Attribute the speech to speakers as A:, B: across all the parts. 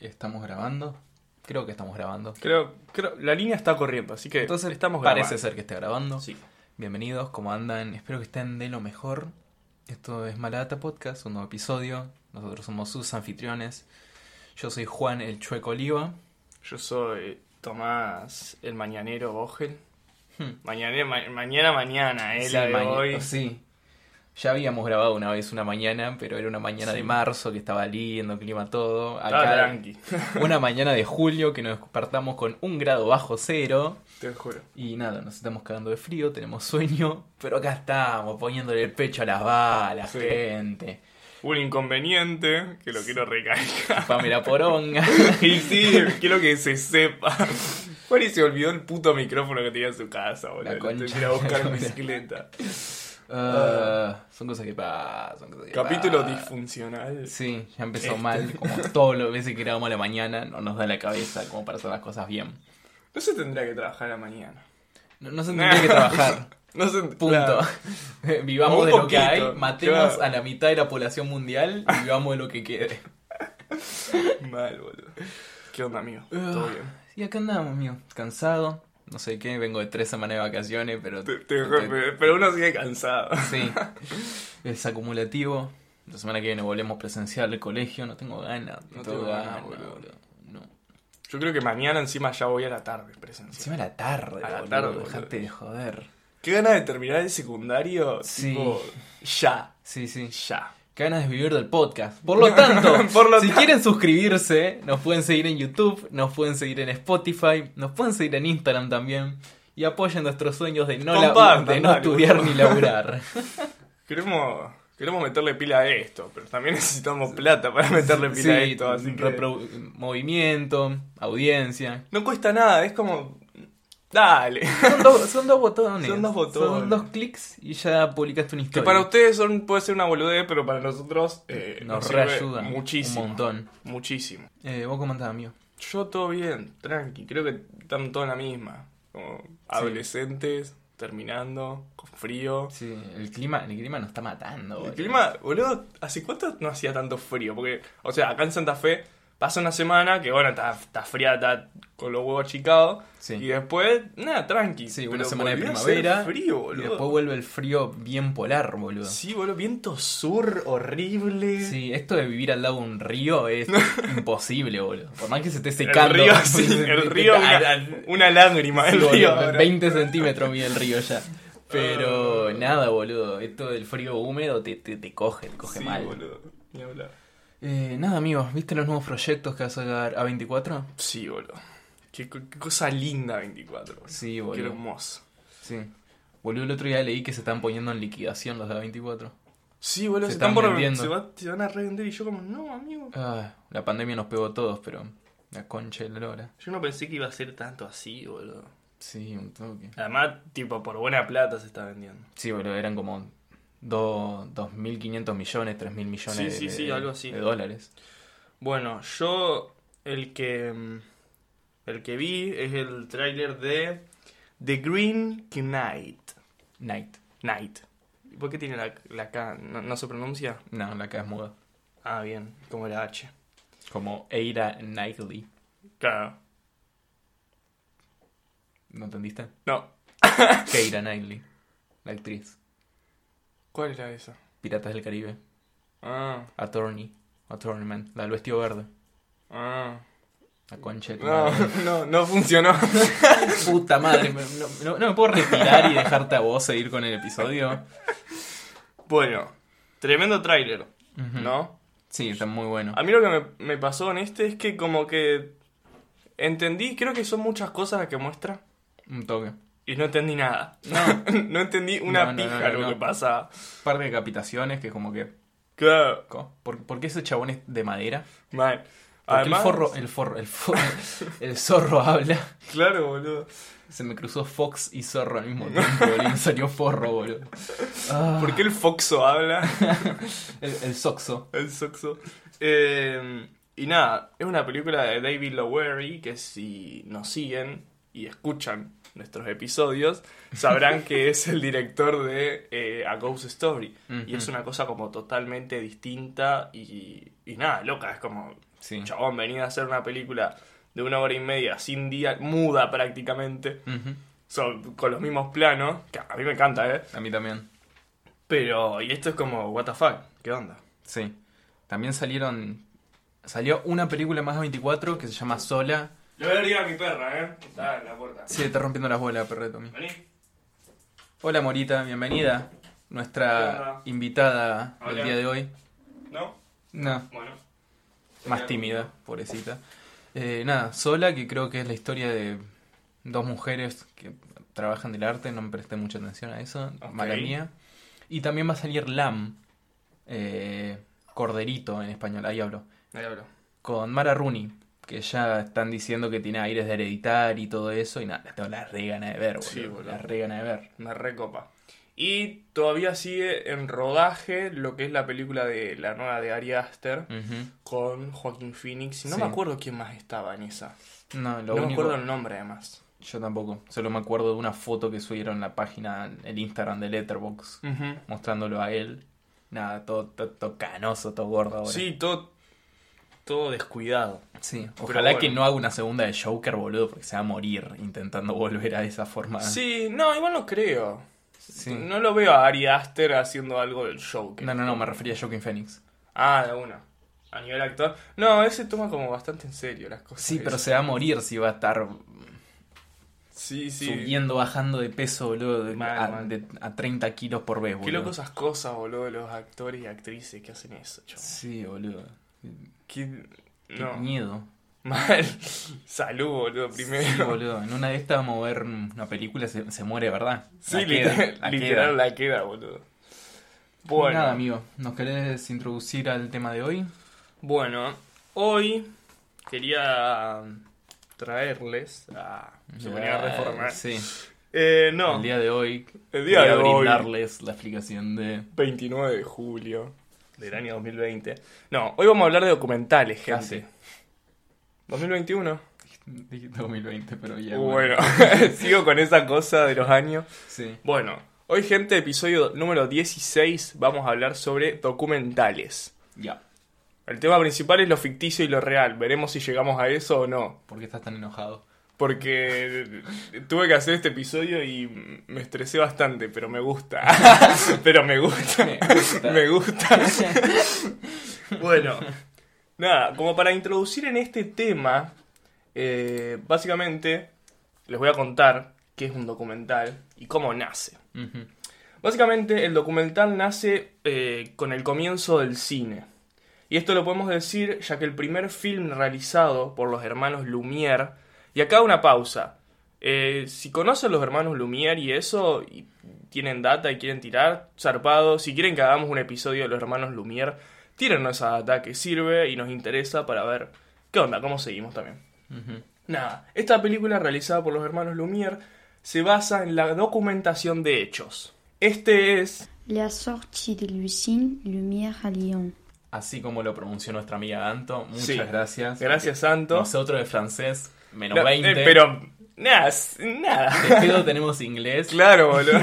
A: estamos grabando. Creo que estamos grabando.
B: Creo, creo, la línea está corriendo, así que
A: Entonces
B: estamos grabando.
A: parece ser que esté grabando.
B: Sí.
A: Bienvenidos, ¿cómo andan? Espero que estén de lo mejor. Esto es Malata Podcast, un nuevo episodio. Nosotros somos sus anfitriones. Yo soy Juan el Chueco Oliva.
B: Yo soy Tomás, el mañanero Vogel.
A: Hmm.
B: Mañana, ma- mañana, mañana, eh,
A: Sí,
B: la de
A: maña-
B: hoy.
A: Sí. Ya habíamos grabado una vez una mañana, pero era una mañana
B: Sí.
A: de marzo que estaba lindo, clima todo.
B: Está
A: Acá,
B: tranqui,
A: una mañana de julio que nos despertamos con un grado bajo cero.
B: te juro.
A: Y nada, nos estamos cagando de frío, tenemos sueño, pero acá estamos, poniéndole el pecho a las balas,
B: Sí.
A: gente.
B: Un inconveniente, que lo quiero recalcar.
A: Pamela Poronga.
B: Y sí, quiero que se sepa. Juan y se olvidó el puto micrófono que tenía en su casa, boludo.
A: La
B: Lo tengo que ir
A: concha.
B: a buscar en bicicleta.
A: Ah, son cosas que pasan. son cosas que
B: Capítulo
A: pasan.
B: disfuncional.
A: Sí, ya empezó
B: Este.
A: mal, como todas las veces que grabamos a la mañana, no nos da la cabeza como para hacer las cosas bien.
B: No se tendrá que trabajar a la mañana.
A: No, no se tendría que trabajar.
B: No se
A: Punto.
B: claro.
A: vivamos
B: Un
A: de lo que hay,
B: poquito,
A: matemos
B: claro.
A: a la mitad de la población mundial y vivamos de lo que quede.
B: Mal, boludo. ¿Qué onda, amigo? ¿Todo
A: Ah.
B: bien?
A: Y acá andamos, mío, cansado, no sé qué, vengo de tres semanas de vacaciones, pero...
B: Te- te- pero- pero uno sigue cansado.
A: Sí, es acumulativo. La semana que viene volvemos presencial al colegio, no tengo ganas.
B: No tengo ganas, boludo.
A: No.
B: Yo creo que mañana encima ya voy a la tarde presencial.
A: Encima de la tarde,
B: A la
A: boludo,
B: tarde, boludo.
A: dejate de joder.
B: Qué ganas de terminar el secundario.
A: Sí.
B: Tipo, ya,
A: Sí, sí.
B: ya.
A: Qué ganas de vivir del podcast. Por lo tanto,
B: Por lo
A: si
B: tanto.
A: quieren suscribirse, nos pueden seguir en YouTube, nos pueden seguir en Spotify, nos pueden seguir en Instagram también. Y apoyen nuestros sueños de no, la,
B: Compartan,
A: de no
B: dale,
A: estudiar
B: boludo.
A: ni laburar.
B: Queremos, queremos meterle pila a esto, pero también necesitamos plata para meterle pila
A: Sí,
B: a esto. Así que
A: repro- movimiento, audiencia,
B: No cuesta nada, es como. Dale.
A: Son dos, son dos botones.
B: Son dos botones.
A: Son dos clics y ya publicaste una
B: Que
A: historia.
B: para ustedes son, puede ser una boludez, pero para nosotros eh,
A: nos,
B: sirve
A: reayuda
B: muchísimo.
A: un montón.
B: Muchísimo.
A: Eh, vos comentás, amigo.
B: Yo todo bien, tranqui. Creo que están todos en la misma. Como adolescentes, terminando, con frío.
A: Sí, el clima, el clima nos está matando.
B: El
A: boludo.
B: clima, boludo, ¿hace cuánto no hacía tanto frío? Porque, o sea, acá en Santa Fe pasa una semana que, bueno, está, está fría, está con los huevos chicados.
A: Sí.
B: Y después, nada, tranqui.
A: Sí, una
B: Pero
A: semana de
B: volvió a ser
A: primavera.
B: frío,
A: y
B: boludo.
A: después vuelve el frío bien polar, boludo. Sí.
B: Sí, boludo, viento sur horrible.
A: esto de vivir al lado de un río es imposible, boludo. Por más que se esté
B: El
A: secando.
B: río, sí, el río,
A: Ah,
B: una, una lágrima,
A: Sí,
B: el
A: boludo,
B: río. ahora.
A: 20 centímetros mide el río ya. Pero nada, boludo. Esto del frío húmedo te, te, te coge, te coge
B: Sí,
A: mal.
B: boludo, ni hablar.
A: Eh, nada, amigos, ¿viste los nuevos proyectos que va a sacar A24?
B: Sí, boludo. Qué, co- qué cosa linda 24, boludo.
A: Sí,
B: Qué
A: boludo.
B: hermoso.
A: Sí. Boludo, el otro día leí que se están poniendo en liquidación los de A24.
B: Sí, boludo,
A: Se
B: se,
A: están
B: están, por
A: vendiendo.
B: Se, va- se van a revender y yo como, no, amigo.
A: Ah, la pandemia nos pegó a todos, pero la concha de la lora.
B: Yo no pensé que iba a ser tanto así, boludo.
A: Sí, un toque.
B: Además, tipo, por buena plata se está vendiendo.
A: Sí, boludo, eran como do- 2.500 millones, 3.000 millones
B: Sí,
A: de,
B: sí, sí, algo así.
A: de dólares.
B: Bueno, yo el que mm, el que vi es el tráiler de The Green Knight.
A: Night.
B: Knight. ¿Y ¿Por qué tiene la, la K? ¿No, no se pronuncia?
A: No, la K es muda.
B: Ah, bien, como la H.
A: Como Eira Knightley.
B: Claro.
A: ¿No entendiste?
B: No.
A: Keira Knightley, la actriz.
B: ¿Cuál era esa?
A: Piratas del Caribe.
B: Ah,
A: Attorney. Attorney Man. La del vestido verde.
B: ah.
A: La concha de tu
B: No,
A: madre.
B: no, no funcionó.
A: Puta madre, me- no, no- no me puedo retirar y dejarte a vos seguir con el episodio.
B: Bueno, tremendo tráiler,
A: Ujú.
B: ¿no?
A: Sí, está muy bueno.
B: A mí lo que me, me pasó en este es que como que entendí, creo que son muchas cosas las que muestra
A: Un toque.
B: y no entendí nada.
A: No,
B: no entendí una
A: No, no,
B: pija
A: no, no,
B: lo
A: no.
B: que pasa.
A: par de decapitaciones que como que...
B: Claro,
A: co- ¿Por, por qué ese chabón es de madera?
B: mal.
A: ¿Por qué
B: Además,
A: el forro, el forro, el forro, el zorro habla?
B: Claro, boludo.
A: Se me cruzó Fox y zorro al mismo tiempo, boludo. y me salió forro, boludo. Ah,
B: ¿Por qué el foxo habla?
A: el, el soxo.
B: el soxo. Eh, y nada, es una película de David Lowery que si nos siguen y escuchan nuestros episodios, sabrán que es el director de eh, A Ghost Story. Y es
A: Ujú.
B: una cosa como totalmente distinta y, y nada, loca, es como
A: Sí.
B: Chabón, venía a hacer una película de una hora y media, sin día, muda prácticamente,
A: Ujú.
B: so- con los mismos planos, que a mí me encanta, ¿eh?
A: A mí también.
B: Pero, y esto es como, what the fuck, ¿qué onda?
A: Sí. También salieron. Salió una película más de 24 que se llama Sola.
B: Yo le diría a mi perra, ¿eh? Está en la puerta.
A: Sí, está rompiendo las bolas, perreto. a mí.
B: Vení.
A: Hola, Morita, bienvenida. Nuestra
B: Hola.
A: invitada del
B: Hola.
A: día de hoy.
B: ¿No?
A: No,
B: Bueno.
A: más tímida, pobrecita. Eh, nada, Sola, que creo que es la historia de dos mujeres que trabajan del arte, no me presté mucha atención a eso,
B: Ok.
A: mala mía. Y también va a salir Lam, eh, Corderito en español, ahí hablo,
B: Ahí hablo.
A: con Mara Rooney, que ya están diciendo que tiene aires de hereditar y todo eso, y nada, la tengo la re gana de ver, boludo,
B: Sí, boludo.
A: la re gana de ver.
B: Me recopa. Y todavía sigue en rodaje lo que es la película de la nueva de Ari Aster
A: Ujú.
B: con Joaquín Phoenix. No
A: Sí.
B: me acuerdo quién más estaba en esa.
A: No,
B: no
A: lo
B: me
A: único...
B: acuerdo el nombre además.
A: Yo tampoco. Solo me acuerdo de una foto que subieron en la página, el Instagram de Letterboxd, mostrándolo a él. Nada, todo, todo, todo canoso, todo gordo ahora.
B: Sí, todo, todo descuidado.
A: Sí.
B: Pero
A: Ojalá
B: bueno.
A: que no haga una segunda de Joker, boludo, porque se va a morir intentando volver a esa forma.
B: Sí, no, igual no creo.
A: Ah. Sí.
B: No lo veo a Ari Aster haciendo algo del show.
A: No, no, no, me refería a Joaquin Phoenix.
B: Ah, de una. A nivel actor. No, ese toma como bastante en serio las cosas.
A: Sí, pero se va a morir si va a estar
B: Sí, sí.
A: subiendo, bajando de peso, boludo, de-
B: Mal,
A: a,
B: mal.
A: de- a 30 kilos por vez, boludo.
B: Qué loco esas cosas, boludo, de los actores y actrices que hacen eso, chaval.
A: Sí, boludo.
B: Qué...
A: Qué
B: No.
A: miedo.
B: Mal. Salud, boludo, primero.
A: Sí, boludo. En una de estas vamos a ver una película, se, se muere, ¿verdad?
B: Sí,
A: La
B: literal,
A: queda, la
B: literal
A: queda.
B: la queda, boludo. Bueno,
A: Nada, amigo. ¿Nos querés introducir al tema de hoy?
B: bueno, hoy quería traerles a... Se ponía
A: Ah,
B: reforma.
A: Sí.
B: Eh, no,
A: El día de hoy.
B: el día de
A: quería
B: hoy,
A: brindarles la explicación de.
B: 29 de julio del año 2020. No, hoy vamos a hablar de documentales, gente.
A: Casi.
B: 2021.
A: Dije 2020, pero ya.
B: Uh, bueno, sigo con esa cosa de los años.
A: Sí.
B: Bueno, hoy gente, episodio número 16, vamos a hablar sobre documentales.
A: Ya.
B: El tema principal es lo ficticio y lo real, veremos si llegamos a eso o no,
A: ¿Por qué estás tan enojado?
B: porque tuve que hacer este episodio y me estresé bastante, pero me gusta, pero me gusta,
A: Me gusta.
B: me gusta. Bueno, nada, como para introducir en este tema, eh, básicamente les voy a contar qué es un documental y cómo nace.
A: Ujú.
B: Básicamente, el documental nace eh, con el comienzo del cine. Y esto lo podemos decir ya que el primer film realizado por los hermanos Lumière. Y acá una pausa. Eh, si conocen los hermanos Lumière y eso, y tienen data y quieren tirar, zarpado. Si quieren que hagamos un episodio de los hermanos Lumière, tírennos esa data que sirve y nos interesa para ver qué onda, cómo seguimos también.
A: Ujú.
B: Nada, esta película realizada por los hermanos Lumière se basa en la documentación de hechos. Este es...
C: La sortie de Lucine Lumière à Lyon.
A: Así como lo pronunció nuestra amiga Anto, muchas
B: Sí.
A: gracias.
B: Gracias, Santo.
A: Nosotros de francés, menos
B: La- eh,
A: 20.
B: pero... Nada, s- nada.
A: De pedo tenemos inglés.
B: Claro, boludo.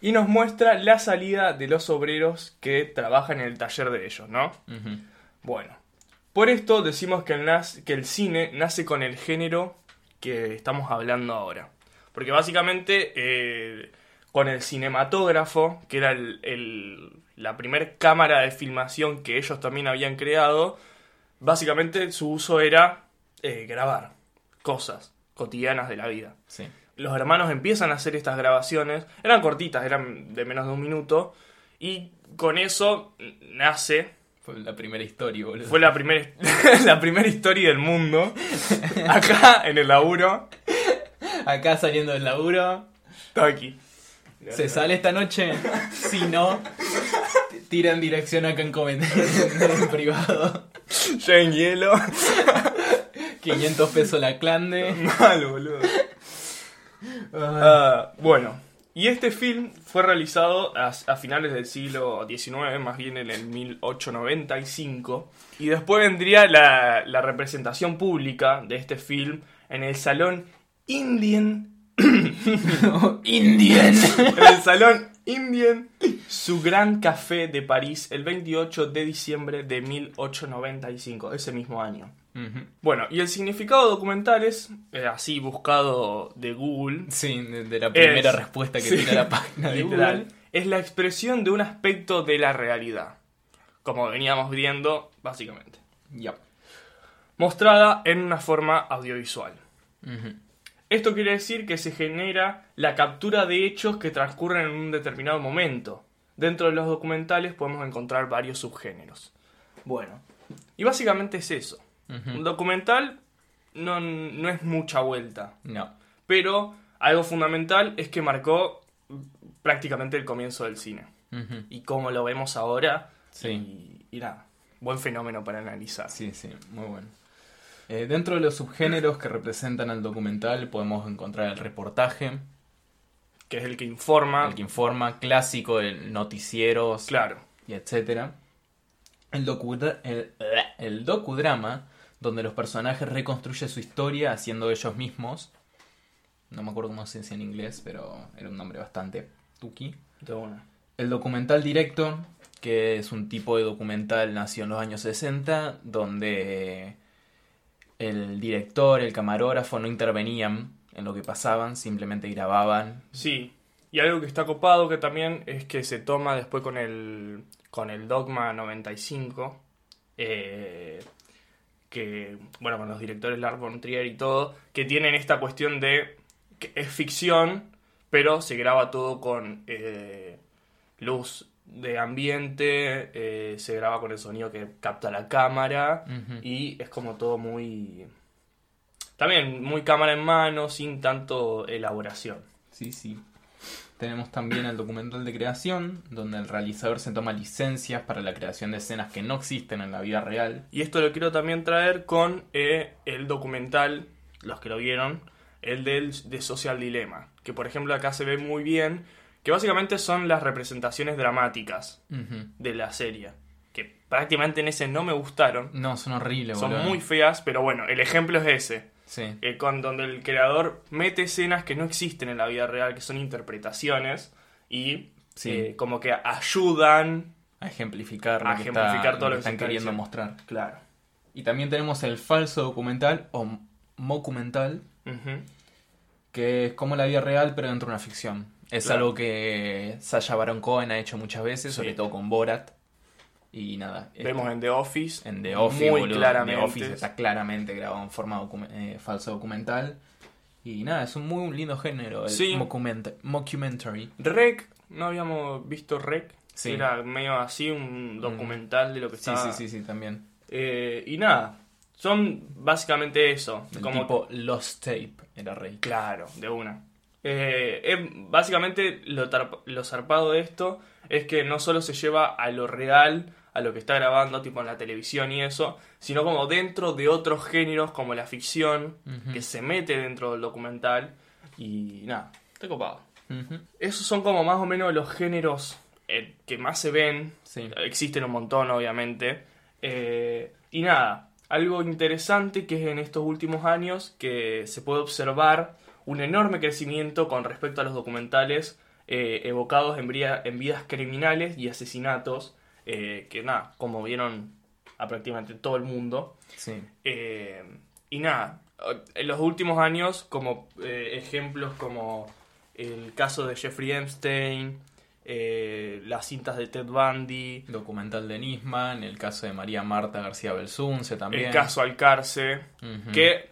B: y nos muestra la salida de los obreros que trabajan en el taller de ellos, ¿no?
A: Ujú.
B: Bueno. Por esto decimos que el, nas- que el cine nace con el género que estamos hablando ahora. Porque básicamente eh, con el cinematógrafo, que era el- el- la primer cámara de filmación que ellos también habían creado, básicamente su uso era eh, grabar cosas cotidianas de la vida.
A: Sí.
B: Los hermanos empiezan a hacer estas grabaciones, eran cortitas, eran de menos de un minuto, y con eso nace
A: Fue la primera historia, boludo.
B: fue la primera la primera historia del mundo. Acá en el laburo.
A: Acá saliendo del laburo.
B: Está aquí.
A: ¿Se sale esta noche? Si no, t- tiran dirección acá en comentarios en privado.
B: Ya en hielo.
A: 500 pesos la clande.
B: Mal, boludo. Ah, bueno. Y este film fue realizado a, a finales del siglo XIX, más bien en el 1895. Y después vendría la, la representación pública de este film en el Salón Indian.
A: Indian.
B: En el Salón Indian, su gran café de París el 28 de diciembre de 1895, ese mismo año.
A: Ujú.
B: Bueno, y el significado documental es, eh, así buscado de Google,
A: Sí, de, de la primera
B: Es-
A: respuesta que
B: sí,
A: tira la página de
B: literal,
A: Google.
B: es la expresión de un aspecto de la realidad, como veníamos viendo básicamente,
A: Yup.
B: mostrada en una forma audiovisual.
A: Ujú.
B: Esto quiere decir que se genera la captura de hechos que transcurren en un determinado momento. Dentro de los documentales podemos encontrar varios subgéneros. Bueno, y básicamente es eso. Un documental no, no es mucha vuelta,
A: No.
B: pero algo fundamental es que marcó prácticamente el comienzo del cine.
A: Ujú.
B: Y como lo vemos ahora,
A: Sí.
B: y, y nada, buen fenómeno para analizar.
A: Sí, sí, muy bueno. Eh, dentro de los subgéneros que representan al documental podemos encontrar el reportaje,
B: Que es el que informa,
A: el que informa, clásico, el noticieros,
B: claro,
A: y etcétera. El, docu- el, el docudrama, donde los personajes reconstruyen su historia haciendo ellos mismos. No me acuerdo cómo se decía en inglés, pero era un nombre bastante tuki.
B: de una.
A: El documental directo, que es un tipo de documental nació en los años 60, donde eh, el director, el camarógrafo no intervenían en lo que pasaban, simplemente grababan.
B: Sí, y algo que está copado que también es que se toma después con el, con el Dogma 95, eh, que, bueno, con los directores Lars von Trier y todo, que tienen esta cuestión de que es ficción, pero se graba todo con eh, luz de ambiente, eh, se graba con el sonido que capta la cámara,
A: Ujú.
B: y es como todo muy... También muy cámara en mano, sin tanto elaboración.
A: Sí, sí. Tenemos también el documental de creación, donde el realizador se toma licencias para la creación de escenas que no existen en la vida real.
B: Y esto lo quiero también traer con eh, el documental, los que lo vieron, el del, de Social Dilemma, que por ejemplo acá se ve muy bien, que básicamente son las representaciones dramáticas de la serie, que prácticamente en ese no me gustaron,
A: No, son horribles,
B: son
A: boludo.
B: muy feas, pero bueno, el ejemplo es ese,
A: Sí.
B: eh, con, donde el creador mete escenas que no existen en la vida real, que son interpretaciones, y
A: Sí.
B: eh, como que ayudan,
A: A ejemplificar, lo
B: A
A: que
B: ejemplificar
A: está-
B: todo lo que se
A: están
B: está
A: queriendo
B: diciendo.
A: mostrar.
B: claro.
A: Y también tenemos el falso documental o m- mocumental,
B: Ujú.
A: que es como la vida real, pero dentro de una ficción. Es
B: Claro.
A: algo que Sasha Baron Cohen ha hecho muchas veces,
B: Sí.
A: sobre todo con Borat. Y nada. esto-
B: Vemos en The Office.
A: En The Office,
B: Muy
A: boludo.
B: claramente.
A: The Office está claramente grabado en forma docu- eh, falso documental. Y nada, es un muy lindo género, el
B: Sí.
A: mocumenta- mockumentary.
B: Rec, no habíamos visto Rec.
A: Sí. Mm.
B: Era medio así un documental de lo que
A: Sí,
B: estaba.
A: sí, sí, sí, también.
B: Eh, y nada, son básicamente eso.
A: El
B: como
A: tipo Lost Tape era rey.
B: Claro, de una. Eh, eh, básicamente lo, tarp- lo zarpado de esto es que no solo se lleva a lo real, a lo que está grabando, tipo en la televisión y eso, sino como dentro de otros géneros como la ficción,
A: Ujú.
B: que se mete dentro del documental y nada, está copado.
A: Ujú,
B: Esos son como más o menos los géneros eh, que más se ven.
A: Sí.
B: Existen un montón, obviamente. Eh, y nada, algo interesante que es en estos últimos años que se puede observar un enorme crecimiento con respecto a los documentales eh, evocados en, bria- en vidas criminales y asesinatos, eh, que nada, como vieron a prácticamente todo el mundo.
A: Sí.
B: Eh, y nada, en los últimos años, como eh, ejemplos como el caso de Jeffrey Epstein, eh, las cintas de Ted Bundy,
A: Documental de Nisman, el caso de María Marta García Belsunce también. Mm.
B: el caso Alcarce,
A: Ujú.
B: que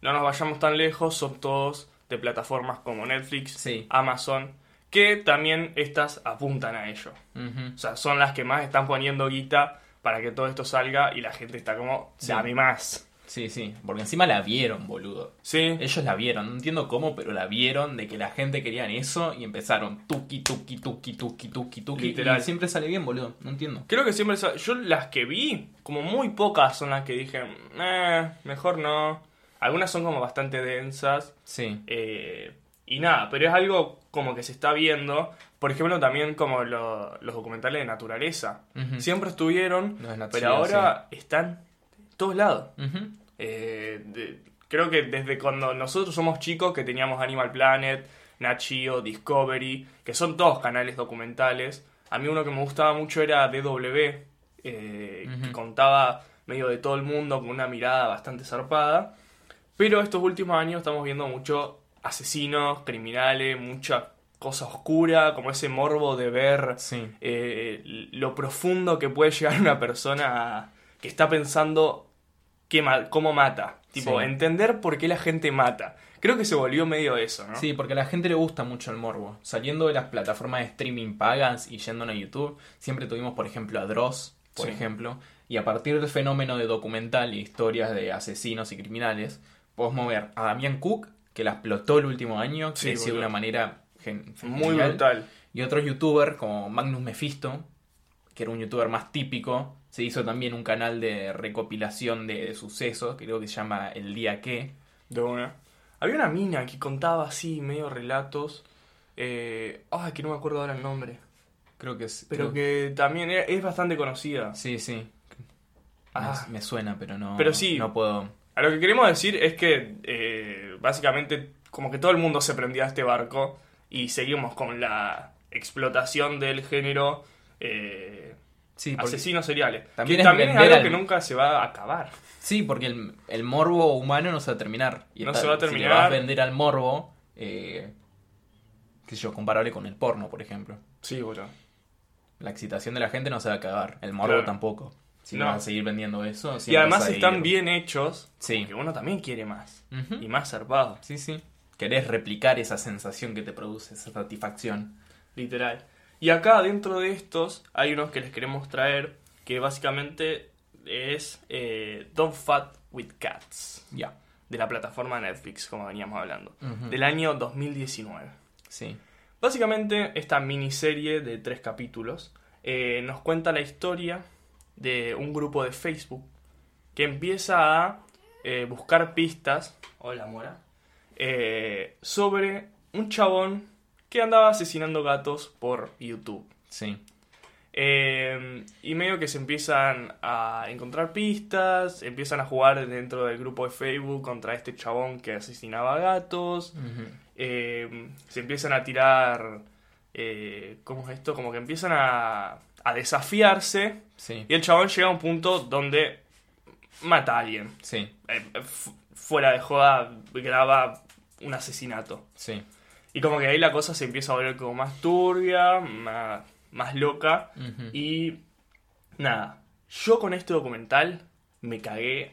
B: no nos vayamos tan lejos, son todos de plataformas como Netflix,
A: Sí.
B: Amazon, que también estas apuntan a ello.
A: Ujú.
B: O sea, son las que más están poniendo guita para que todo esto salga y la gente está como,
A: Sí.
B: dame más.
A: Sí, sí. Porque encima la vieron, boludo.
B: Sí,
A: Ellos la vieron, no entiendo cómo, pero la vieron de que la gente querían eso y empezaron tuki, tuki, tuki, tuki, tuki, tuki.
B: Literal.
A: Y siempre sale bien, boludo. No entiendo.
B: Creo que siempre. sa- Yo las que vi, como muy pocas son las que dije, eh, mejor no. Algunas son como bastante densas.
A: Sí.
B: eh, y nada, pero es algo como que se está viendo. Por ejemplo, también como lo- los documentales de naturaleza.
A: Ujú.
B: Siempre estuvieron,
A: Los de nat- sí,
B: pero ahora están en todos lados.
A: Ujú.
B: Eh, de- creo que desde cuando nosotros somos chicos, que teníamos Animal Planet, Nachio, Discovery, que son todos canales documentales. A mí uno que me gustaba mucho era DW, eh, que
A: Ujú.
B: contaba medio de todo el mundo con una mirada bastante zarpada. Pero estos últimos años estamos viendo mucho asesinos, criminales, mucha cosa oscura, como ese morbo de ver
A: Sí.
B: eh, lo profundo que puede llegar una persona que está pensando qué ma- cómo mata. Tipo,
A: Sí.
B: entender por qué la gente mata. Creo que se volvió medio eso, ¿no?
A: Sí, porque a la gente le gusta mucho el morbo. Saliendo de las plataformas de streaming pagas y yendo a YouTube, siempre tuvimos, por ejemplo, a Dross, por
B: Sí.
A: ejemplo, y a partir del fenómeno de documental y historias de asesinos y criminales, podemos mover a Damián Cook, que la explotó el último año, que
B: Sí,
A: ha sido de
B: boludo.
A: una manera gen-
B: Muy
A: genial,
B: brutal.
A: y otros youtubers como Magnus Mephisto, que era un youtuber más típico, se hizo también un canal de recopilación de, de sucesos, que creo que se llama El Día Que.
B: De una. Había una mina que contaba así, medio relatos. Eh, ah, que no me acuerdo ahora el nombre.
A: Creo que es.
B: Pero
A: creo-
B: que también era- es bastante conocida.
A: Sí, sí.
B: Ah.
A: Me, me suena, pero no.
B: Pero sí.
A: No puedo.
B: A lo que queremos decir es que eh, básicamente como que todo el mundo se prendía a este barco y seguimos con la explotación del género eh,
A: Sí, porque,
B: asesinos seriales.
A: También
B: que
A: es
B: también es
A: vender
B: algo
A: al-
B: que nunca se va a acabar.
A: sí, porque el, el morbo humano no se va a terminar. Y
B: No
A: está-
B: se va a
A: Si le vas a
B: terminar.
A: vender al morbo, eh, qué sé yo, comparable con el porno, por ejemplo.
B: Sí, boludo.
A: La excitación de la gente no se va a acabar. El morbo
B: Claro.
A: tampoco. Si
B: No.
A: vas a seguir vendiendo eso.
B: Y
A: siempre vas
B: además
A: a ir-
B: están bien hechos,
A: Sí.
B: porque uno también quiere más.
A: Ujú.
B: Y más zarpado,
A: Sí, sí. Querés replicar esa sensación que te produce, esa satisfacción.
B: literal. Y acá dentro de estos hay unos que les queremos traer que básicamente es eh, Don't Fat with Cats.
A: Ya.
B: de la plataforma Netflix, como veníamos hablando,
A: Ujú.
B: del año 2019.
A: Sí.
B: Básicamente, esta miniserie de tres capítulos eh, nos cuenta la historia de un grupo de Facebook que empieza a eh, buscar pistas, hola mora, eh, sobre un chabón que andaba asesinando gatos por YouTube.
A: Sí.
B: Eh, y medio que se empiezan a encontrar pistas, empiezan a jugar dentro del grupo de Facebook contra este chabón que asesinaba gatos,
A: Ujú.
B: eh, se empiezan a tirar, eh, ¿cómo es esto? Como que empiezan a, a desafiarse
A: Sí.
B: y el chabón llega a un punto donde mata a alguien.
A: Sí.
B: Eh, fu- fuera de joda graba un asesinato.
A: Sí.
B: Y como que ahí la cosa se empieza a volver como más turbia, más, más loca.
A: Ujú.
B: Y nada, yo con este documental me cagué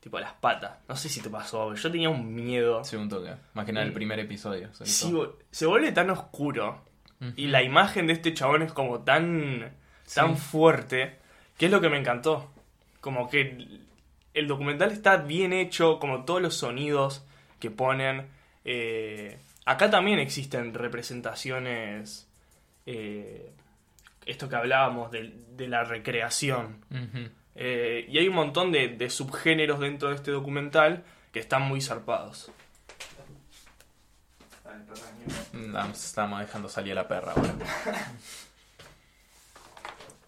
B: tipo a las patas. No sé si te pasó, pero yo tenía un miedo.
A: Sí, un toque. Más que nada el primer episodio. sobre
B: Sí,
A: todo.
B: bo- se vuelve tan oscuro
A: Ujú.
B: y la imagen de este chabón es como tan,
A: Sí.
B: tan fuerte, que es lo que me encantó. Como que el- el documental está bien hecho, como todos los sonidos que ponen. Eh, acá también existen representaciones, eh, esto que hablábamos de, de la recreación.
A: Ujú.
B: Eh, y hay un montón de, de subgéneros dentro de este documental que están muy zarpados.
A: La- Estamos dejando salir a la perra ahora.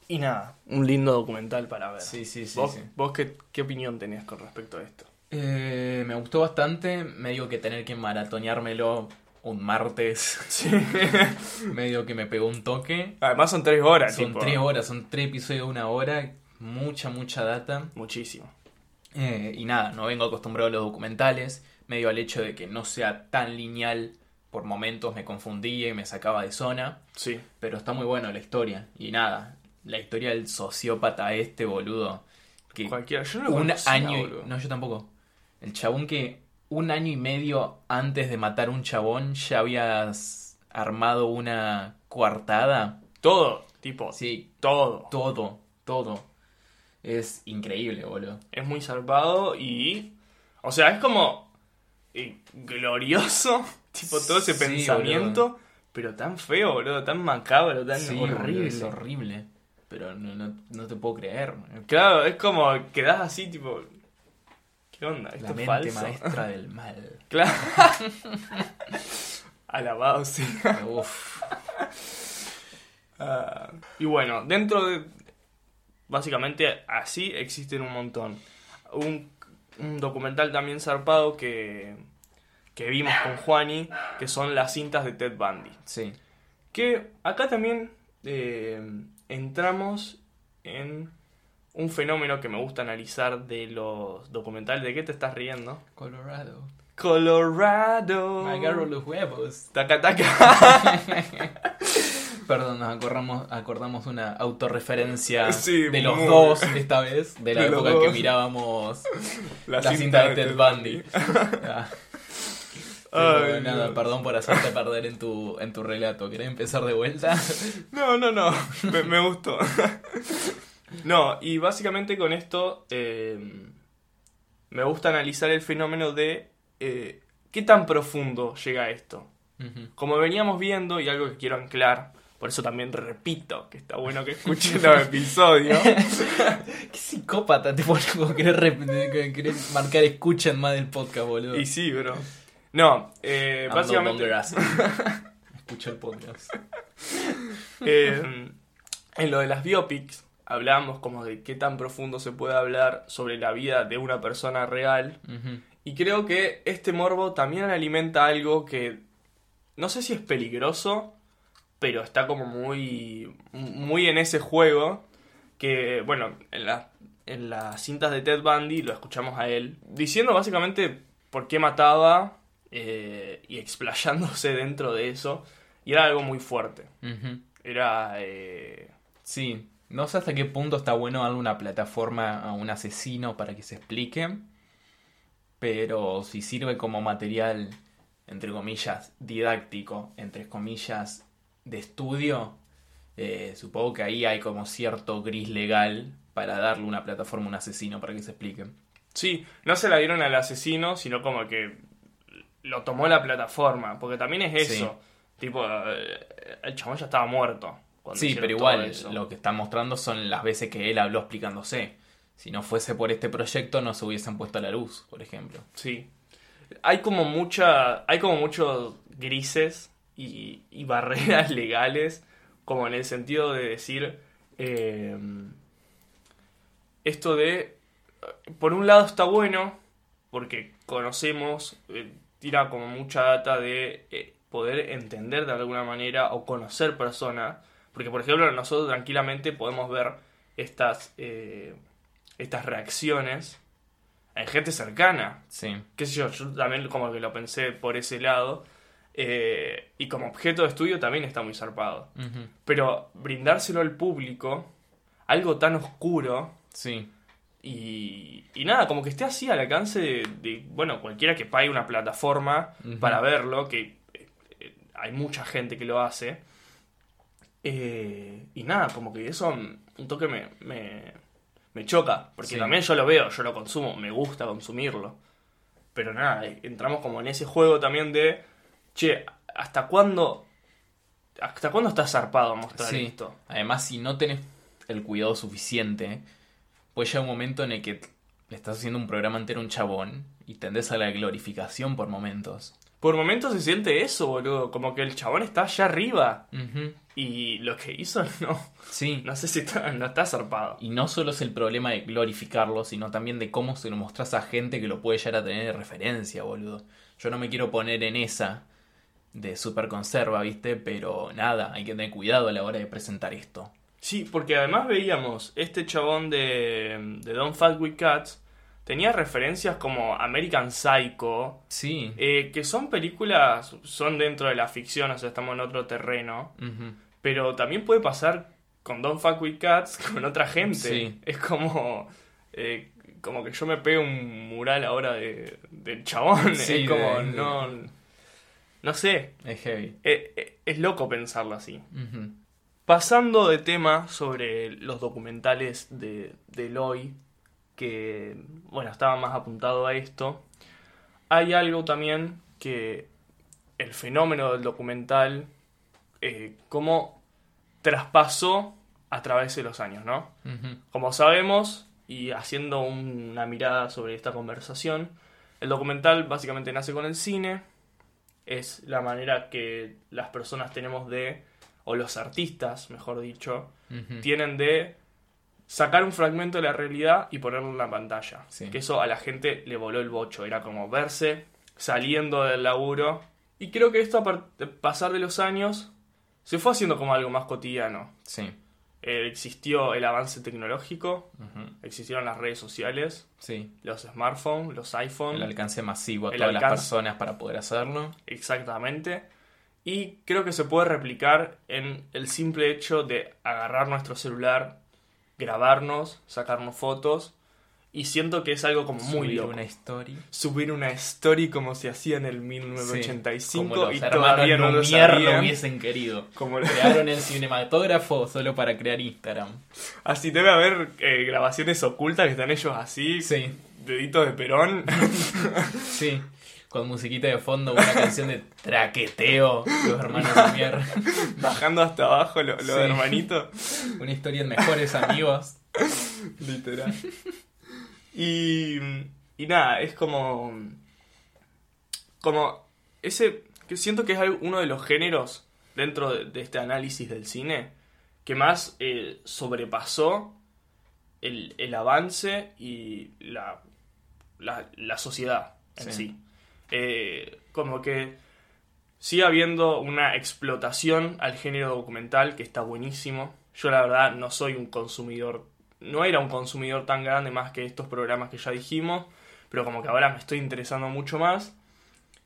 B: Y nada, un lindo documental para ver.
A: Sí, sí, sí.
B: ¿Vos,
A: sí.
B: vos qué, qué opinión tenías con respecto a esto?
A: Eh, me gustó bastante. Medio que tener que maratoneármelo un martes.
B: Sí.
A: medio que me pegó un toque.
B: Además son tres horas,
A: Son
B: tipo.
A: tres horas, son tres episodios de una hora. Mucha, mucha data.
B: Muchísimo.
A: Eh, y nada, no vengo acostumbrado a los documentales, medio al hecho de que no sea tan lineal, por momentos me confundía y me sacaba de zona,
B: Sí.
A: pero está muy bueno la historia. Y nada, la historia del sociópata este, boludo, que
B: Cualquiera. Yo no lo
A: un
B: conocía,
A: año... y-
B: boludo.
A: No, yo tampoco. El chabón que un año y medio antes de matar un chabón ya habías armado una coartada.
B: Todo, tipo,
A: Sí,
B: todo.
A: todo, todo. Es increíble, boludo.
B: Es muy zarpado y. O sea, es como. eh, glorioso. Tipo, todo ese
A: Sí,
B: pensamiento. Pero tan feo, boludo. Tan macabro, tan
A: Sí, boludo,
B: horrible.
A: es horrible. Pero no, no, no te puedo creer. man.
B: Claro, es como. Quedás así, tipo. ¿Qué onda? Esto
A: La
B: es
A: mente
B: falso.
A: maestra del mal.
B: Claro. Alabado sea.
A: Uf.
B: Ah, y bueno, dentro de. Básicamente así existen un montón. Un, un documental también zarpado que. que vimos con Juani, que son las cintas de Ted Bundy.
A: Sí.
B: Que acá también eh, entramos en un fenómeno que me gusta analizar de los documentales. ¿De qué te estás riendo?
A: Colorado.
B: Colorado.
A: Me agarro los huevos.
B: Taca, taca.
A: Perdón, nos acordamos, acordamos una autorreferencia
B: Sí,
A: de los
B: muy.
A: dos esta vez, de la
B: De los
A: época que
B: dos.
A: mirábamos la, cinta de Ted Bundy. Ah. Pero
B: Ay,
A: nada,
B: Dios.
A: perdón por hacerte perder en tu, en tu relato. ¿Querés empezar de vuelta?
B: No, no, no. Me, me gustó. No, y básicamente con esto eh, me gusta analizar el fenómeno de eh, qué tan profundo llega esto.
A: Ujú.
B: Como veníamos viendo, y algo que quiero anclar, por eso también repito que está bueno que escuchen los episodios.
A: Qué psicópata te pones como querés, rep- querés marcar escucha en más del podcast, boludo.
B: Y sí, bro. No, eh,
A: I'm no
B: básicamente.
A: longer asking. Escucho el podcast.
B: Eh, en lo de las biopics, hablábamos como de qué tan profundo se puede hablar sobre la vida de una persona real.
A: Ujú.
B: Y creo que este morbo también alimenta algo que no sé si es peligroso, pero está como muy, muy en ese juego. Que, bueno, en, la- en las cintas de Ted Bundy lo escuchamos a él diciendo básicamente por qué mataba eh, y explayándose dentro de eso. Y era algo muy fuerte.
A: Ujú.
B: Era. eh,
A: Sí, no sé hasta qué punto está bueno darle una plataforma a un asesino para que se explique, pero si sirve como material, entre comillas, didáctico, entre comillas, de estudio, eh, supongo que ahí hay como cierto gris legal para darle una plataforma a un asesino para que se explique.
B: Sí, no se la dieron al asesino, sino como que lo tomó la plataforma. Porque también es eso. Tipo, eh, el chabón ya estaba muerto. cuando
A: Sí,
B: hicieron
A: pero
B: todo
A: igual,
B: eso.
A: lo que están mostrando son las veces que él habló explicándose. Si no fuese por este proyecto, no se hubiesen puesto a la luz, por ejemplo.
B: Sí. Hay como mucha. Hay como muchos grises y, y barreras legales. Como en el sentido de decir. eh, esto de. Por un lado está bueno. Porque conocemos. eh, tira como mucha data de eh, poder entender de alguna manera. O conocer personas. Porque, por ejemplo, nosotros tranquilamente podemos ver estas. eh, estas reacciones. En gente cercana
A: Sí.
B: qué sé yo, yo también como que lo pensé por ese lado. eh, y como objeto de estudio también está muy zarpado.
A: Ujú.
B: Pero brindárselo al público, algo tan oscuro
A: Sí.
B: y, y nada, como que esté así al alcance de, de, bueno, cualquiera que pague una plataforma
A: Ujú.
B: para verlo, que eh, eh, hay mucha gente que lo hace. Eh, y nada, como que eso mm, un toque me, me, me choca, porque
A: Sí.
B: también yo lo veo, yo lo consumo, me gusta consumirlo. Pero nada, eh, entramos como en ese juego también de, che, ¿hasta cuándo? ¿Hasta cuándo está zarpado mostrar
A: Sí.
B: esto?
A: Además, si no tenés el cuidado suficiente, pues llega un momento en el que le estás haciendo un programa entero a un chabón y tendés a la glorificación por momentos.
B: Por momentos se siente eso, boludo, como que el chabón está allá arriba. Y lo que hizo no.
A: Sí.
B: No sé si está, no está zarpado.
A: Y no solo es el problema de glorificarlo, sino también de cómo se lo mostrás a gente que lo puede llegar a tener de referencia, boludo. Yo no me quiero poner en esa de super conserva, ¿viste? Pero nada, hay que tener cuidado a la hora de presentar esto.
B: Sí, porque además veíamos este chabón de, de Don't Fat With Cats. Tenía referencias como American Psycho,
A: Sí.
B: eh, que son películas, son dentro de la ficción, o sea, estamos en otro terreno.
A: Ujú.
B: Pero también puede pasar con Don't Fuck With Cats, con otra gente.
A: Sí.
B: Es como. eh, como que yo me pego un mural ahora de, del chabón.
A: Sí,
B: es como,
A: de- de-
B: no. No sé.
A: Es heavy.
B: Eh, eh, es loco pensarlo así.
A: Ujú.
B: Pasando de tema sobre los documentales de, del hoy, que bueno, estaba más apuntado a esto, hay algo también que el fenómeno del documental, eh, cómo traspasó a través de los años, ¿no?
A: Ujú.
B: Como sabemos, y haciendo un- una mirada sobre esta conversación, el documental básicamente nace con el cine, es la manera que las personas tenemos de, o los artistas, mejor dicho,
A: Ujú.
B: tienen de sacar un fragmento de la realidad y ponerlo en la pantalla.
A: Sí.
B: Que eso a la gente le voló el bocho, era como verse saliendo del laburo. Y creo que esto, a par- pasar de los años, se fue haciendo como algo más cotidiano.
A: Sí.
B: Eh, existió el avance tecnológico,
A: Ujú.
B: existieron las redes sociales,
A: Sí.
B: los smartphones, los iPhones.
A: El alcance masivo a
B: El
A: todas las
B: alcance.
A: personas para poder hacerlo.
B: Exactamente. Y creo que se puede replicar en el simple hecho de agarrar nuestro celular, grabarnos, sacarnos fotos. Y siento que es algo como muy
A: Subir
B: loco.
A: una historia.
B: Subir una story como se hacía en el
A: Sí,
B: 1985
A: como los
B: y
A: hermanos
B: todavía no lo
A: Lumière
B: sabían.
A: hubiesen querido.
B: Como-
A: Crearon el cinematógrafo solo para crear Instagram.
B: Así debe haber eh, grabaciones ocultas que están ellos así,
A: Sí,
B: deditos de perón.
A: sí. Con musiquita de fondo, una canción de traqueteo, los hermanos Lumière.
B: bajando hasta abajo lo- los
A: Sí.
B: hermanitos.
A: Una historia en mejores amigos.
B: Literal. Y, y nada, es como. Como. Ese. Que siento que es algo- uno de los géneros dentro de, de este análisis del cine que más eh, sobrepasó el, el avance y la, la, la sociedad en sí.
A: Sí.
B: Eh, como que sigue habiendo una explotación al género documental que está buenísimo. Yo la verdad no soy un consumidor, no era un consumidor tan grande más que estos programas que ya dijimos, pero como que ahora me estoy interesando mucho más.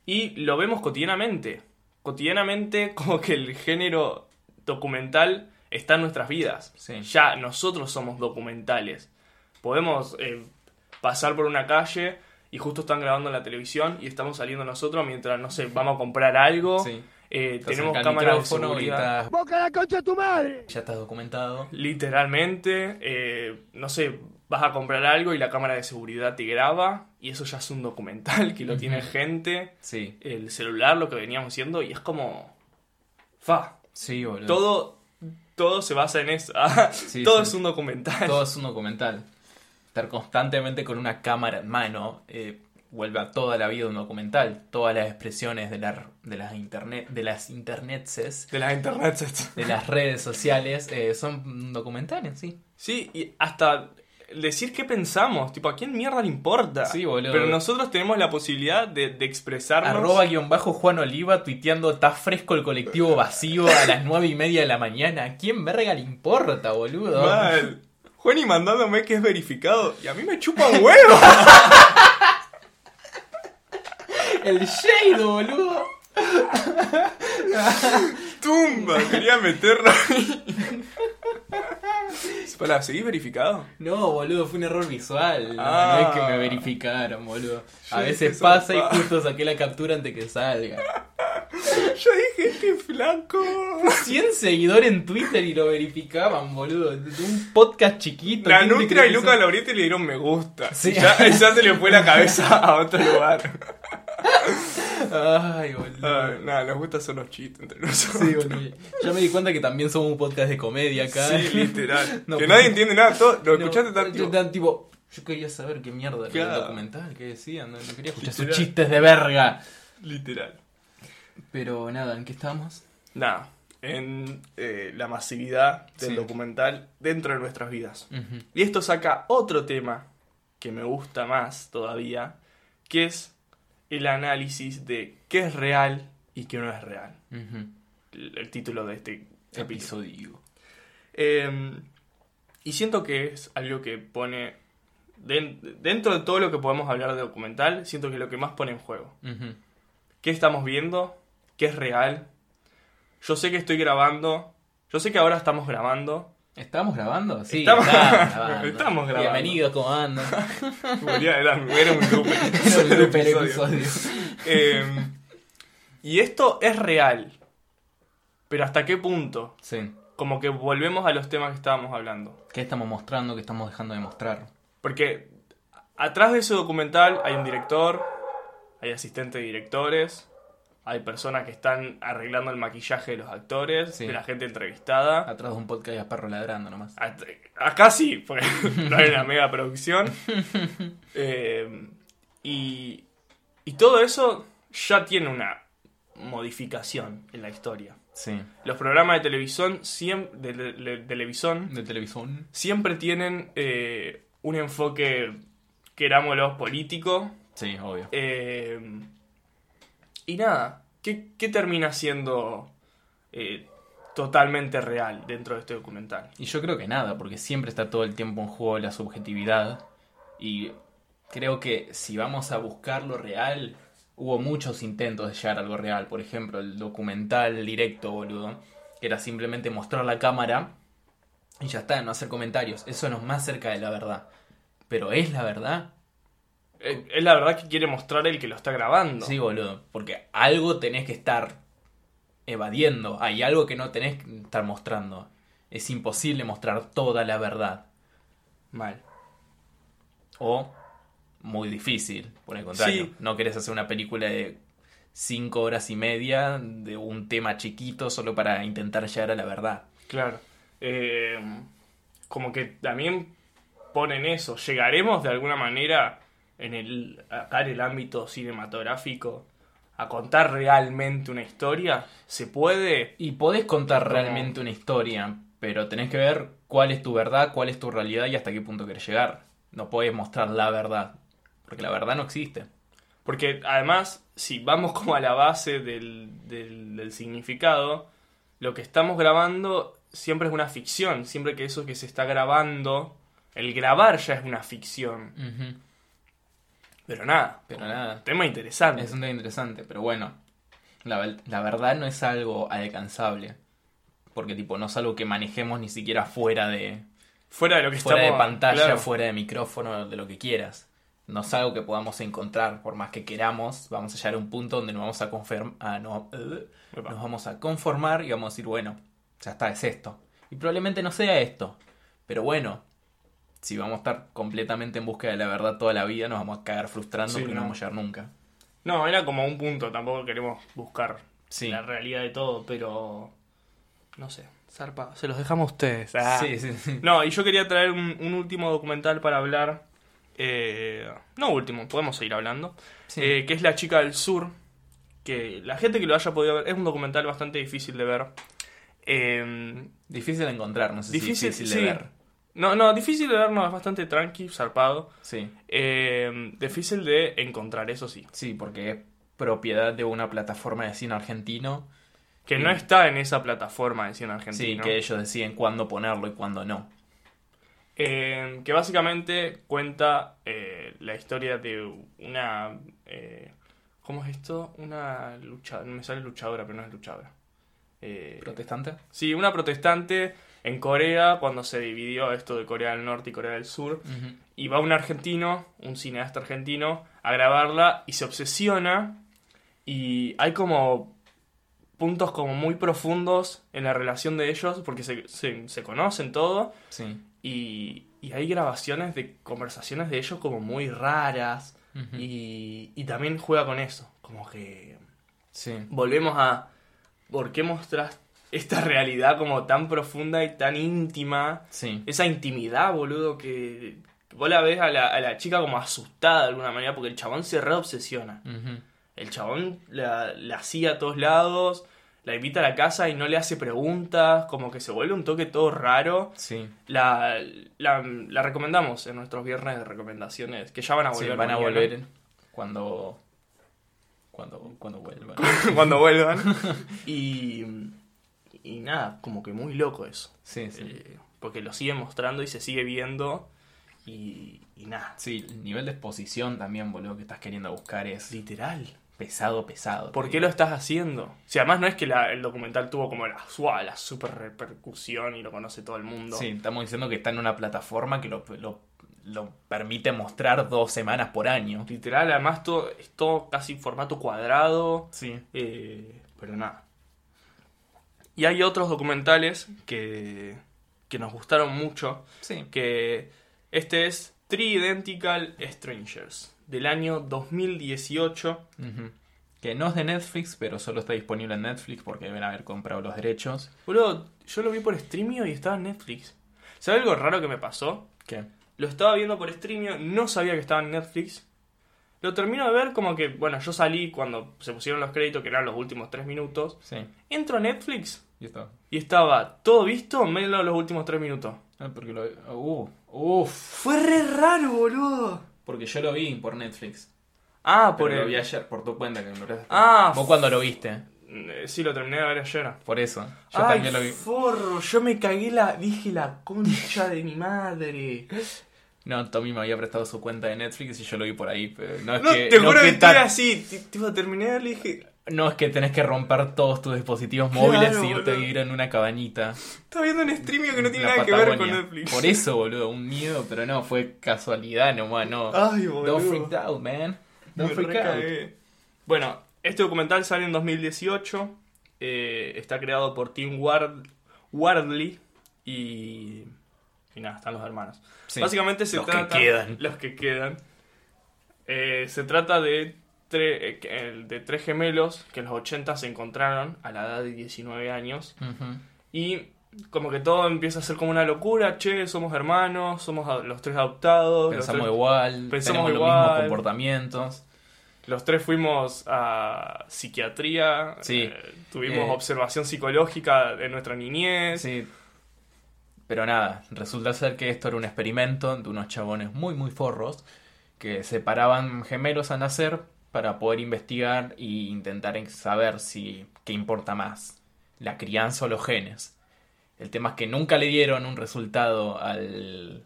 B: Y lo vemos cotidianamente. Cotidianamente como que el género documental está en nuestras vidas.
A: Sí.
B: Ya nosotros somos documentales. Podemos eh, pasar por una calle y justo están grabando en la televisión y estamos saliendo nosotros mientras, no sé, vamos a comprar algo.
A: Sí.
B: Eh,
A: Estás
B: tenemos
A: acá al
B: cámaras de
A: micrófono y
B: seguridad.
A: estás-
D: ¡Boca la concha de tu madre!
A: ya estás documentado.
B: Literalmente, eh, no sé, vas a comprar algo y la cámara de seguridad te graba y eso ya es un documental que lo tiene
A: Ujú.
B: gente,
A: Sí,
B: el celular, lo que veníamos siendo y es como... Fa,
A: sí, boludo.
B: todo, todo se basa en eso.
A: Sí,
B: todo
A: sí.
B: es un documental.
A: Todo es un documental. Estar constantemente con una cámara en mano eh, vuelve a toda la vida un documental. Todas las expresiones de, la- de las internet, de las internetses,
B: De las internets.
A: de las redes sociales, eh, son documentales, sí.
B: Sí, y hasta decir qué pensamos, tipo, ¿a quién mierda le importa?
A: Sí, boludo.
B: Pero nosotros tenemos la posibilidad de, de expresarnos.
A: Arroba guión bajo Juan Oliva tuiteando está fresco el colectivo vacío a las nueve y media de la mañana. ¿A quién verga le importa, boludo?
B: Mal. Juani mandándome que es verificado y a mí me chupan huevo.
A: El shade, boludo.
B: tumba, quería meterlo ahí. Para, ¿seguís verificado?
A: No, boludo, fue un error visual.
B: Ah.
A: No es que me verificaron, boludo. A
B: Yo
A: veces
B: dije,
A: pasa y
B: "Zarpado".
A: justo saqué la captura antes que salga.
B: Yo dije,
A: este
B: qué flaco.
A: 100 seguidores en Twitter y lo verificaban, boludo. De Un podcast chiquito.
B: La
A: ¿quién te
B: Nutra
A: cree
B: y
A: que
B: Lucas
A: son?
B: Laurietti le dieron me gusta.
A: Sí.
B: Ya, ya se le fue la cabeza a otro lugar.
A: Ay, boludo.
B: Ay, Nada, nos gustan son los chistes entre nosotros.
A: Sí, boludo. Ya me di cuenta que también somos un podcast de comedia acá.
B: Sí, literal.
A: No,
B: que
A: pero-
B: nadie entiende nada. Todo, lo
A: No,
B: escuchaste tanto.
A: Yo, tan tipo, yo quería saber qué mierda era
B: Claro.
A: el documental, qué decían. No, no quería escuchar sus
B: Literal.
A: chistes de verga.
B: Literal.
A: Pero nada, ¿en qué estamos?
B: Nada. En eh, la masividad del
A: Sí.
B: documental dentro de nuestras vidas.
A: Ujú.
B: Y esto saca otro tema que me gusta más todavía, que es el análisis de qué es real y qué no es real.
A: Ujú.
B: El, el título de este capítulo.
A: Episodio.
B: Eh, y siento que es algo que pone, den- dentro de todo lo que podemos hablar de documental, siento que es lo que más pone en juego.
A: Ujú.
B: ¿Qué estamos viendo? ¿Qué es real? Yo sé que estoy grabando, yo sé que ahora estamos grabando.
A: ¿Estamos grabando? Sí,
B: Estamos-
A: estamos grabando.
B: estamos grabando.
A: Bienvenidos, ¿cómo andan?
B: Era, era un grupo.
A: Era un super
B: Este Episodio.
A: episodio.
B: Eh, y esto es real. Pero ¿hasta qué punto?
A: Sí.
B: Como que volvemos a los temas que estábamos hablando.
A: ¿Qué estamos mostrando? ¿Qué estamos dejando de mostrar?
B: Porque atrás de ese documental hay un director, hay asistente de directores, hay personas que están arreglando el maquillaje de los actores,
A: Sí.
B: de la gente entrevistada.
A: Atrás de un podcast de perro ladrando nomás.
B: At- Acá sí, porque no hay una mega producción. Eh, y, y todo eso ya tiene una modificación en la historia.
A: Sí.
B: Los programas de televisión siempre, de, de- de- televisión,
A: De televisión.
B: siempre tienen eh, un enfoque, querámoslo, político.
A: Sí, obvio.
B: eh, Y nada, ¿qué, qué termina siendo eh, totalmente real dentro de este documental?
A: Y yo creo que nada, porque siempre está todo el tiempo en juego la subjetividad. Y creo que si vamos a buscar lo real, hubo muchos intentos de llegar a algo real. Por ejemplo, el documental directo, boludo, que era simplemente mostrar la cámara y ya está, no hacer comentarios. Eso nos más cerca de la verdad. Pero es la verdad.
B: Eh, Es la verdad que quiere mostrar el que lo está grabando.
A: Sí, boludo, porque algo tenés que estar evadiendo, hay algo que no tenés que estar mostrando. Es imposible mostrar toda la verdad.
B: Mal.
A: O muy difícil, por el contrario.
B: Sí.
A: No querés hacer una película de cinco horas y media de un tema chiquito solo para intentar llegar a la verdad.
B: Claro. Eh, como que también ponen eso. ¿Llegaremos de alguna manera en el, acá en el ámbito cinematográfico a contar realmente una historia? ¿Se puede?
A: Y podés contar
B: Como-
A: realmente una historia, pero tenés que ver cuál es tu verdad, cuál es tu realidad y hasta qué punto querés llegar. No podés mostrar la verdad, porque la verdad no existe.
B: Porque además, si vamos como a la base del, del- del significado, lo que estamos grabando siempre es una ficción. Siempre que eso que se está grabando, el grabar ya es una ficción. Pero nada,
A: Pero nada.
B: tema interesante.
A: Es un tema interesante, pero bueno. La, vel- la verdad no es algo alcanzable. Porque, tipo, no es algo que manejemos ni siquiera fuera de.
B: Fuera de lo que
A: fuera de
B: estamos-
A: pantalla,
B: claro.
A: fuera de micrófono, de lo que quieras. No es algo que podamos encontrar, por más que queramos, vamos a llegar a un punto donde nos vamos a confirmar. no, eh,
B: Epa.
A: nos vamos a conformar y vamos a decir, bueno, ya está, es esto. Y probablemente no sea esto. Pero bueno, si vamos a estar completamente en busca de la verdad toda la vida, nos vamos a cagar frustrando
B: Sí,
A: porque no
B: no.
A: vamos a llegar nunca.
B: No, era como un punto, tampoco queremos buscar
A: Sí.
B: la realidad de todo, pero no sé, zarpa, se los dejamos a ustedes.
A: Sí, sí, sí.
B: No, y yo quería traer un, un último documental para hablar, eh, no último, podemos seguir hablando,
A: Sí.
B: eh, que es La Chica del Sur, que la gente que lo haya podido ver, es un documental bastante difícil de ver. Eh,
A: Difícil de encontrar, no sé si
B: difícil,
A: difícil
B: sí.
A: de ver.
B: No, no, difícil de ver, no, es bastante tranqui, zarpado.
A: Sí,
B: Eh, difícil de encontrar, eso sí.
A: sí, porque es propiedad de una plataforma de cine argentino.
B: Que no
A: Sí.
B: está en esa plataforma de cine
A: Sí,
B: argentino.
A: que ellos deciden cuándo ponerlo y cuándo no.
B: Eh, que básicamente cuenta eh, la historia de una... eh, ¿Cómo es esto? Una luchadora... Me sale luchadora, pero no es luchadora. Eh,
A: ¿Protestante?
B: sí, una protestante en Corea cuando se dividió esto de Corea del Norte y Corea del Sur. Y va un argentino, un cineasta argentino, a grabarla y se obsesiona. Y hay como puntos como muy profundos en la relación de ellos porque se, se- se conocen todo.
A: Sí.
B: Y, y hay grabaciones de conversaciones de ellos como muy raras.
A: Ujú.
B: y, y también juega con eso. Como que
A: Sí.
B: volvemos a... ¿Por qué mostras esta realidad como tan profunda y tan íntima?
A: Sí.
B: esa intimidad, boludo, que vos la ves a la, a la chica como asustada de alguna manera, porque el chabón se reobsesiona.
A: Ujú.
B: El chabón la, la sigue a todos lados, la invita a la casa y no le hace preguntas, como que se vuelve un toque todo raro.
A: Sí.
B: La, la, la recomendamos en nuestros viernes de recomendaciones, que ya van a
A: Sí,
B: volver.
A: van a
B: mañana.
A: volver cuando. Cuando, cuando vuelvan.
B: Cuando vuelvan. y, y nada, como que muy loco eso.
A: Sí, sí.
B: Eh, porque lo sigue mostrando y se sigue viendo. Y, y nada,
A: Sí, el nivel de exposición también, boludo, que estás queriendo buscar es
B: literal.
A: pesado, pesado.
B: ¿Por qué lo estás haciendo? Si además no es que la- el documental tuvo como la, suá, la super repercusión y lo conoce todo el mundo.
A: Sí, estamos diciendo que está en una plataforma que lo, lo, lo permite mostrar dos semanas por año.
B: Literal, además todo, es todo casi formato cuadrado.
A: Sí.
B: eh, pero nada. Y hay otros documentales que, que nos gustaron mucho.
A: Sí.
B: Que este es Three Identical Strangers, del año 2018.
A: Ujú. Que no es de Netflix, pero solo está disponible en Netflix porque deben haber comprado los derechos.
B: Boludo, yo lo vi por Streamio y estaba en Netflix. ¿Sabes algo raro que me pasó?
A: ¿Qué?
B: Lo estaba viendo por streaming, no sabía que estaba en Netflix. Lo termino de ver como que, bueno, yo salí cuando se pusieron los créditos, que eran los últimos tres minutos.
A: Sí.
B: Entro a Netflix
A: Y está.
B: y estaba todo visto menos los últimos tres minutos.
A: Ah, porque lo. Uh, uf.
B: Fue re raro, boludo.
A: Porque yo lo vi por Netflix.
B: Ah,
A: Por
B: por
A: lo vi
B: el...
A: ayer, por tu cuenta que me lo prestaste.
B: Ah,
A: Vos cuando lo viste,
B: eh, sí, lo terminé de ver ayer.
A: por eso. Yo
B: Ay,
A: también lo vi.
B: forro, yo me cagué la... Dije la concha de mi madre.
A: No, Tommy me había prestado su cuenta de Netflix y yo lo vi por ahí. Pero no es
B: No,
A: que,
B: te
A: no
B: juro que
A: que ta-
B: estoy así. Te, te iba a terminar, le dije...
A: no es que tenés que romper todos tus dispositivos móviles
B: Claro,
A: y irte a
B: boludo.
A: vivir en una cabañita.
B: Estaba viendo un streaming que no tiene
A: en la
B: nada que ver con
A: Patagonia.
B: Netflix.
A: Por eso, boludo, un miedo, pero no, fue casualidad nomás, no.
B: Ay, Ah, boludo.
A: Don't freak out, man.
B: Me
A: Don't freak out.
B: recagué. eh, Bueno, este documental sale en 2018. eh, está creado por Tim Ward- Wardley y. Y nada, están los hermanos.
A: Sí.
B: Básicamente se
A: Los que
B: trata.
A: quedan.
B: Los que quedan. Eh, se trata de, tre- eh, que- el- de tres gemelos que en los 80 se encontraron a la edad de 19 años.
A: Ujú.
B: Y como que todo empieza a ser como una locura. Che, somos hermanos, somos a- los tres adoptados. los
A: Pensamos
B: tres-
A: igual,
B: Pensamos
A: tenemos los
B: igual.
A: mismos comportamientos.
B: Los tres fuimos a psiquiatría,
A: Sí.
B: eh, tuvimos
A: Eh.
B: observación psicológica de nuestra niñez.
A: Sí. Pero nada, resulta ser que esto era un experimento de unos chabones muy, muy forros que separaban gemelos al nacer para poder investigar e intentar en- saber si qué importa más, la crianza o los genes. El tema es que nunca le dieron un resultado al,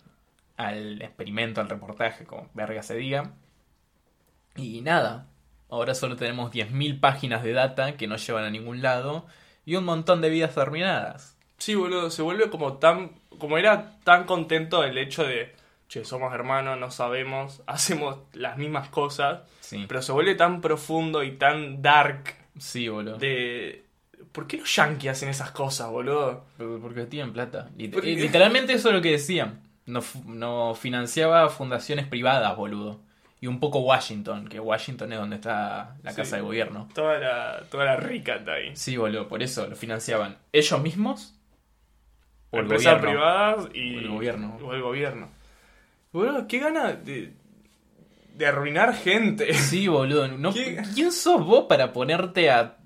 A: al experimento, al reportaje, como verga se diga. Y nada, ahora solo tenemos 10.000 páginas de data que no llevan a ningún lado y un montón de vidas terminadas.
B: Sí, boludo, se vuelve como tan. Como era tan contento el hecho de. Che, somos hermanos, no sabemos, hacemos las mismas cosas.
A: Sí,
B: Pero se vuelve tan profundo y tan dark
A: sí, boludo.
B: de. ¿Por qué los yankees hacen esas cosas, boludo?
A: Pero Porque tienen plata. Lit-
B: Porque-
A: eh, Literalmente eso es lo que decían. No, fu- no financiaba fundaciones privadas, boludo. Y un poco Washington, que Washington es donde está la
B: Sí.
A: casa de gobierno.
B: Toda la, toda la rica está ahí.
A: Sí, boludo, por eso lo financiaban ellos mismos o el
B: Empresas
A: gobierno.
B: privadas y.
A: O el gobierno.
B: O el gobierno. Boludo, qué gana de. de arruinar gente.
A: Sí, boludo. No,
B: ¿Qué?
A: ¿Quién sos vos para ponerte a,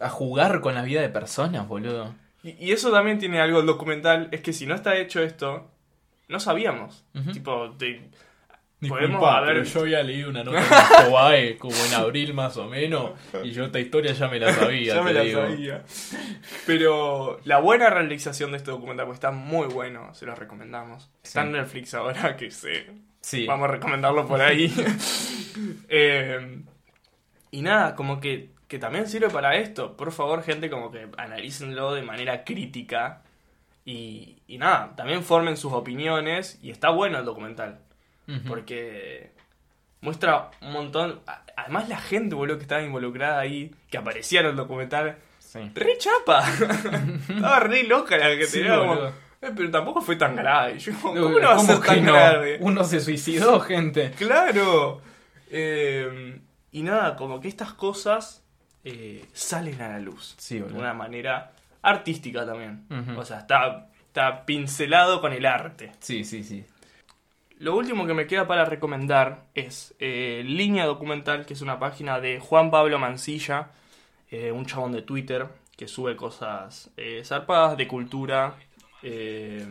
A: a jugar con la vida de personas, boludo?
B: Y, y eso también tiene algo el documental, es que si no está hecho esto, no sabíamos.
A: Ujú.
B: Tipo, de-
A: Disculpa,
B: Podemos haber-
A: pero yo había leído una nota en Cobae como en abril más o menos y yo esta historia ya me la sabía,
B: ya me
A: te
B: la
A: digo.
B: sabía. Pero la buena realización de este documental, pues está muy bueno, se lo recomendamos. Está
A: Sí.
B: en Netflix ahora, que sé.
A: Sí.
B: Vamos a recomendarlo por ahí. Eh, y nada, como que, que también sirve para esto. Por favor, gente, como que analícenlo de manera crítica. Y, y nada, también formen sus opiniones. Y está bueno el documental.
A: Ujú.
B: Porque muestra un montón. a- Además, la gente, boludo, que estaba involucrada ahí, que aparecía en el documental,
A: Sí.
B: re chapa. estaba re loca la que
A: Sí,
B: tenía. como,
A: boludo.
B: "Eh, pero tampoco fue tan grave. Yo, ¿Cómo no, va a
A: ¿Cómo
B: ser
A: que
B: tan
A: no?
B: grave?
A: Uno se suicidó, gente.
B: Claro. Eh, y nada, como que estas cosas eh, salen a la luz.
A: Sí,
B: de
A: boludo.
B: una manera artística también.
A: Ujú.
B: O sea, está, está pincelado con el arte.
A: Sí, sí, sí.
B: Lo último que me queda para recomendar es eh, Línea Documental, que es una página de Juan Pablo Mancilla, eh, un chabón de Twitter que sube cosas eh, zarpadas de cultura. eh,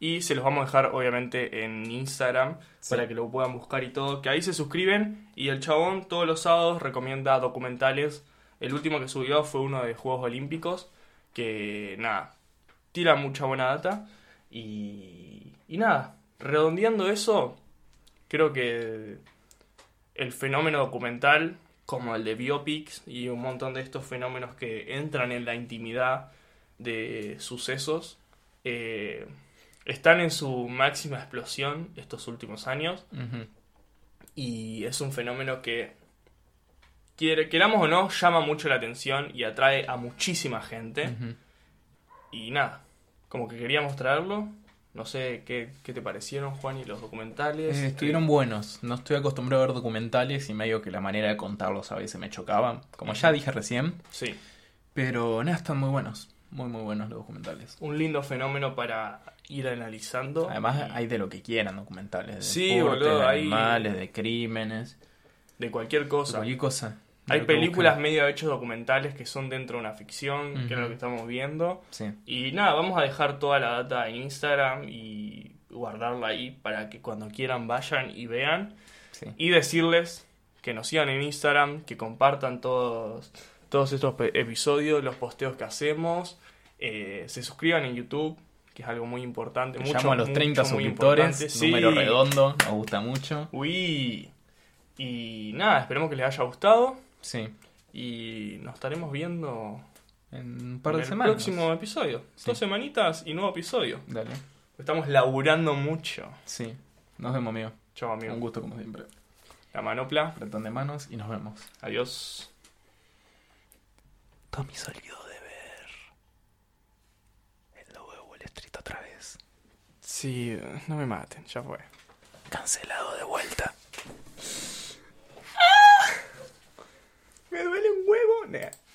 B: y se los vamos a dejar obviamente en Instagram
A: Sí.
B: para que lo puedan buscar y todo. Que ahí se suscriben y el chabón todos los sábados recomienda documentales. El último que subió fue uno de Juegos Olímpicos que nada, tira mucha buena data. Y, y nada, redondeando eso, creo que el fenómeno documental, como el de biopics y un montón de estos fenómenos que entran en la intimidad de sucesos, eh, están en su máxima explosión estos últimos años.
A: Ujú.
B: Y es un fenómeno que, quiere- queramos o no, llama mucho la atención y atrae a muchísima gente.
A: Ujú.
B: Y nada, como que queríamos traerlo. No sé qué, qué te parecieron, Juan, y los documentales.
A: Eh, estuvieron buenos. No estoy acostumbrado a ver documentales y medio que la manera de contarlos a veces me chocaba. Como ya dije recién.
B: Eh, Sí,
A: Pero nada, están muy buenos. Muy, muy buenos los documentales.
B: un lindo fenómeno para ir analizando.
A: Además
B: Y
A: hay de lo que quieran documentales. De
B: Sí,
A: deportes,
B: boludo,
A: de
B: hay-
A: animales, de crímenes,
B: de cualquier
A: de
B: cosa.
A: cualquier cosa. De
B: Hay
A: lo que
B: películas
A: busquen.
B: medio hechos documentales que son dentro de una ficción, que es
A: Ujú.
B: lo que estamos viendo.
A: Sí.
B: Y nada, vamos a dejar toda la data en Instagram y guardarla ahí para que cuando quieran vayan y vean.
A: Sí.
B: Y decirles que nos sigan en Instagram, que compartan todos, todos estos pe- episodios, los posteos que hacemos, eh, se suscriban en YouTube, que es algo muy importante.
A: Mucho, Llamo a los 30
B: mucho, muy importante.
A: suscriptores,
B: Sí.
A: número redondo, me gusta mucho.
B: Uy. Y nada, esperemos que les haya gustado
A: Sí,
B: y nos estaremos viendo
A: en un par de
B: en el
A: semanas.
B: próximo episodio.
A: Sí.
B: Dos semanitas y nuevo episodio.
A: Dale,
B: Estamos laburando mucho.
A: sí. Nos vemos, amigo.
B: Chao,
A: Un
B: amigo.
A: gusto como siempre.
B: La manopla.
A: Apretón de manos y nos vemos.
B: Adiós. Tommy se olvidó de ver el logo de Wall Street otra vez. Sí, no me maten, ya fue. Cancelado de vuelta. Me duele un huevo. Nah.